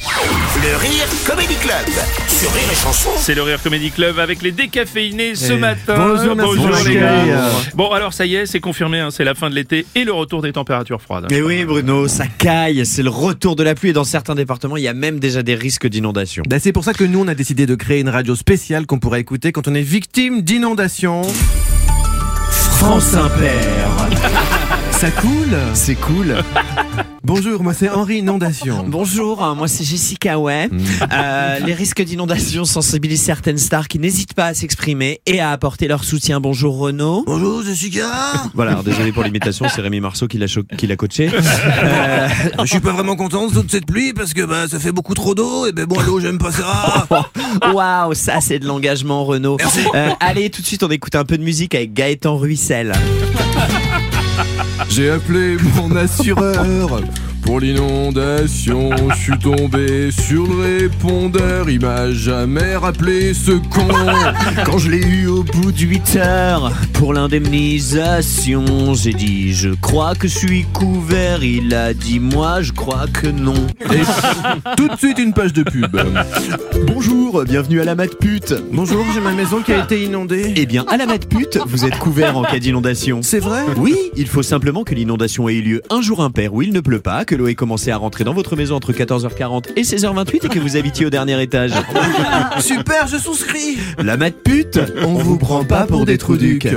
Le Rire Comedy Club sur Rire et Chanson. C'est le Rire Comedy Club avec les décaféinés ce Eh, matin. bonjour, merci pour les l'accueil. gars. Bon alors ça y est, c'est confirmé, hein, c'est la fin de l'été et le retour des températures froides. Mais oui Bruno, ça caille, c'est le retour de la pluie et dans certains départements il y a même déjà des risques d'inondation. Ben, c'est pour ça que nous, on a décidé de créer une radio spéciale qu'on pourrait écouter quand on est victime d'inondations. France Impair Ça coule C'est cool. Bonjour, moi c'est Henri Inondation. Bonjour, hein, moi c'est Jessica Way. Euh, les risques d'inondation sensibilisent certaines stars qui n'hésitent pas à s'exprimer et à apporter leur soutien. Bonjour Renaud. Bonjour, Jessica Voilà, alors, désolé pour l'imitation, c'est Rémi Marceau qui l'a cho- qui l'a coaché. Je suis pas vraiment content de toute cette pluie parce que bah, ça fait beaucoup trop d'eau et ben bon, l'eau, j'aime pas ça Waouh, ça c'est de l'engagement Renaud. Euh, allez, tout de suite on écoute un peu de musique avec Gaëtan Ruissel. J'ai appelé mon assureur pour l'inondation. Je suis tombé sur le répondeur. Il m'a jamais rappelé ce con. Quand je l'ai eu au bout de 8 heures pour l'indemnisation, j'ai dit je crois que je suis couvert. Il a dit moi je crois que non. Et tout de suite une page de pub. Bonjour, bienvenue à la mat pute. Bonjour, j'ai ma maison qui a été inondée. Eh bien, à la mat pute, vous êtes couvert en cas d'inondation. C'est vrai Oui, il faut simplement que l'inondation ait eu lieu un jour impair où il ne pleut pas, que l'eau ait commencé à rentrer dans votre maison entre 14h40 et 16h28 et que vous habitiez au dernier étage. Super, je souscris La mat pute, on vous prend pas pour des trous ducs.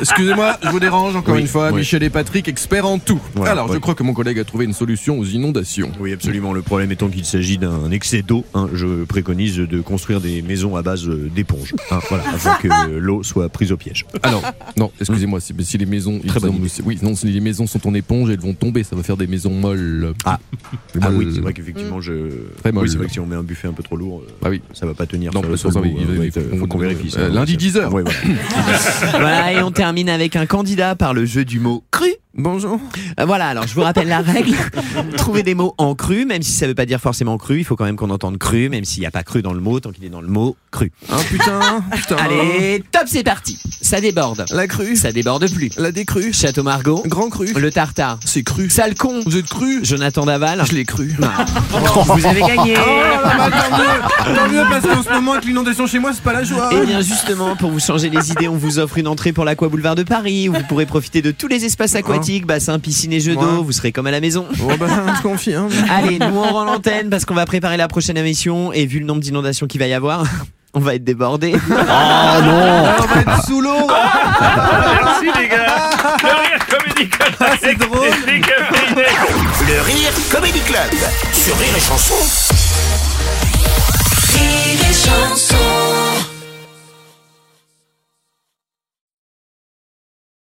Excusez-moi, je vous dérange encore Oui, une fois. oui. Michel et Patrick, experts en tout. Voilà, Alors, ouais. je crois que mon collègue a trouvé une solution aux inondations. Oui, absolument. Le problème étant qu'il s'agit d'un excès d'eau. hein. Je préconise de construire des maisons à base euh, d'éponges. hein, voilà, afin que euh, l'eau soit prise au piège. Alors, non, excusez-moi, si, si les maisons. ils Hmm. Très bonne ont- idée. si- oui, non, si les maisons sont en éponge, elles vont tomber. Ça va faire des maisons molles. Ah. Ah Molles. oui, c'est vrai qu'effectivement, je. Très molle. Oui, c'est vrai que si on met un buffet un peu trop lourd, euh, Ah oui. ça va pas tenir. Non, sur, mais sur ça, le oui, bout, il hein. va- Ouais, il faut faut qu'on qu'on vérifie ça. hein. euh, lundi, Ouais, 10 heures. ouais, voilà. Voilà, et on termine avec un candidat par le jeu du mot cru. Bonjour. Euh, Voilà, alors je vous rappelle la règle. Trouver des mots en cru, même si ça veut pas dire forcément cru, il faut quand même qu'on entende cru, même s'il n'y a pas cru dans le mot, tant qu'il est dans le mot cru. Hein, putain, putain. Allez, top, c'est parti. Ça déborde. La crue, Ça déborde plus. la décrue, Château Margot, grand cru. le tartare. C'est cru. Sale con. Vous êtes cru Jonathan Daval. Je l'ai cru. Vous avez gagné. Tant mieux parce qu'en ce moment avec l'inondation chez moi c'est pas la joie. Et Eh bien justement, pour vous changer les idées, on vous offre une entrée pour l'Aqua Boulevard de Paris, où vous pourrez profiter de tous les espaces aquatiques, bassins, piscines et jeux d'eau. Ouais. Vous serez comme à la maison. Bon ben je confie hein. Allez, nous on rend l'antenne parce qu'on va préparer la prochaine émission et vu le nombre d'inondations qu'il va y avoir, on va être débordé. Oh, On va être sous l'eau. Merci les gars. Le Rire Comedy Club C'est drôle. avec les décaféinés. Le Rire Comedy Club sur Rire et Chanson. Rire et chanson.